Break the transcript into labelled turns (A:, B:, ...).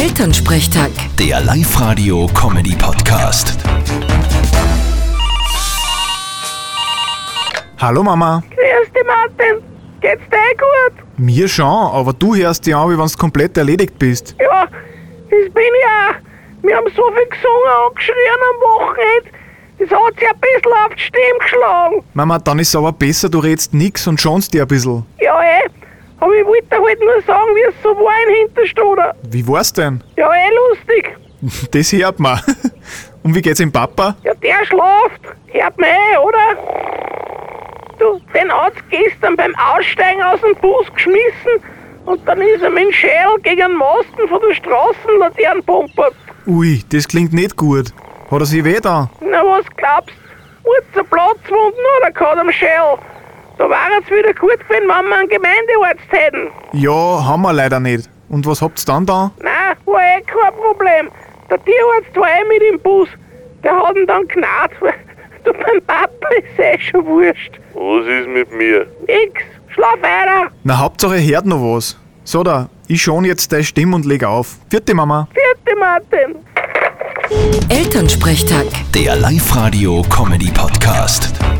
A: Elternsprechtag.
B: Der Live-Radio-Comedy-Podcast.
C: Hallo Mama.
D: Grüß dich, Martin. Geht's dir eh gut?
C: Mir schon, aber du hörst dich an, wie wenn du komplett erledigt bist.
D: Ja, das bin ich auch. Wir haben so viel gesungen und geschrien am Wochenende. Das hat sich ein bisschen auf die Stimme geschlagen.
C: Mama, dann ist es aber besser, du redst nix und schonst dich ein bisschen.
D: Ja, eh. Aber ich wollte halt nur sagen, wie es so war in Hinterstoder.
C: Wie war's denn?
D: Ja, eh lustig.
C: Das hört man. Und wie geht's dem Papa?
D: Ja, der schlaft. Hört man eh, oder? Du, den hat's gestern beim Aussteigen aus dem Bus geschmissen und dann ist er mit dem Schädel gegen den Masten von der Straßenlaterne pumpert.
C: Ui, das klingt nicht gut. Hat er sich weh da?
D: Na, was glaubst du? Urzer Platzwunden oder gerade am Schell? Da war es wieder gut gewesen, wenn wir einen Gemeindearzt hätten.
C: Ja, haben wir leider nicht. Und was habt's dann da?
D: Nein, war eh kein Problem. Der Tierarzt war eh mit im Bus. Der hat ihn dann gnad. Du, beim Papa ist eh schon wurscht.
E: Was ist mit mir?
D: Nix, schlaf weiter.
C: Na, Hauptsache hört noch was. So da, ich schon jetzt deine Stimme und leg auf. Vierte Mama.
D: Vierte Martin.
A: Elternsprechtag.
B: Der Live-Radio-Comedy-Podcast.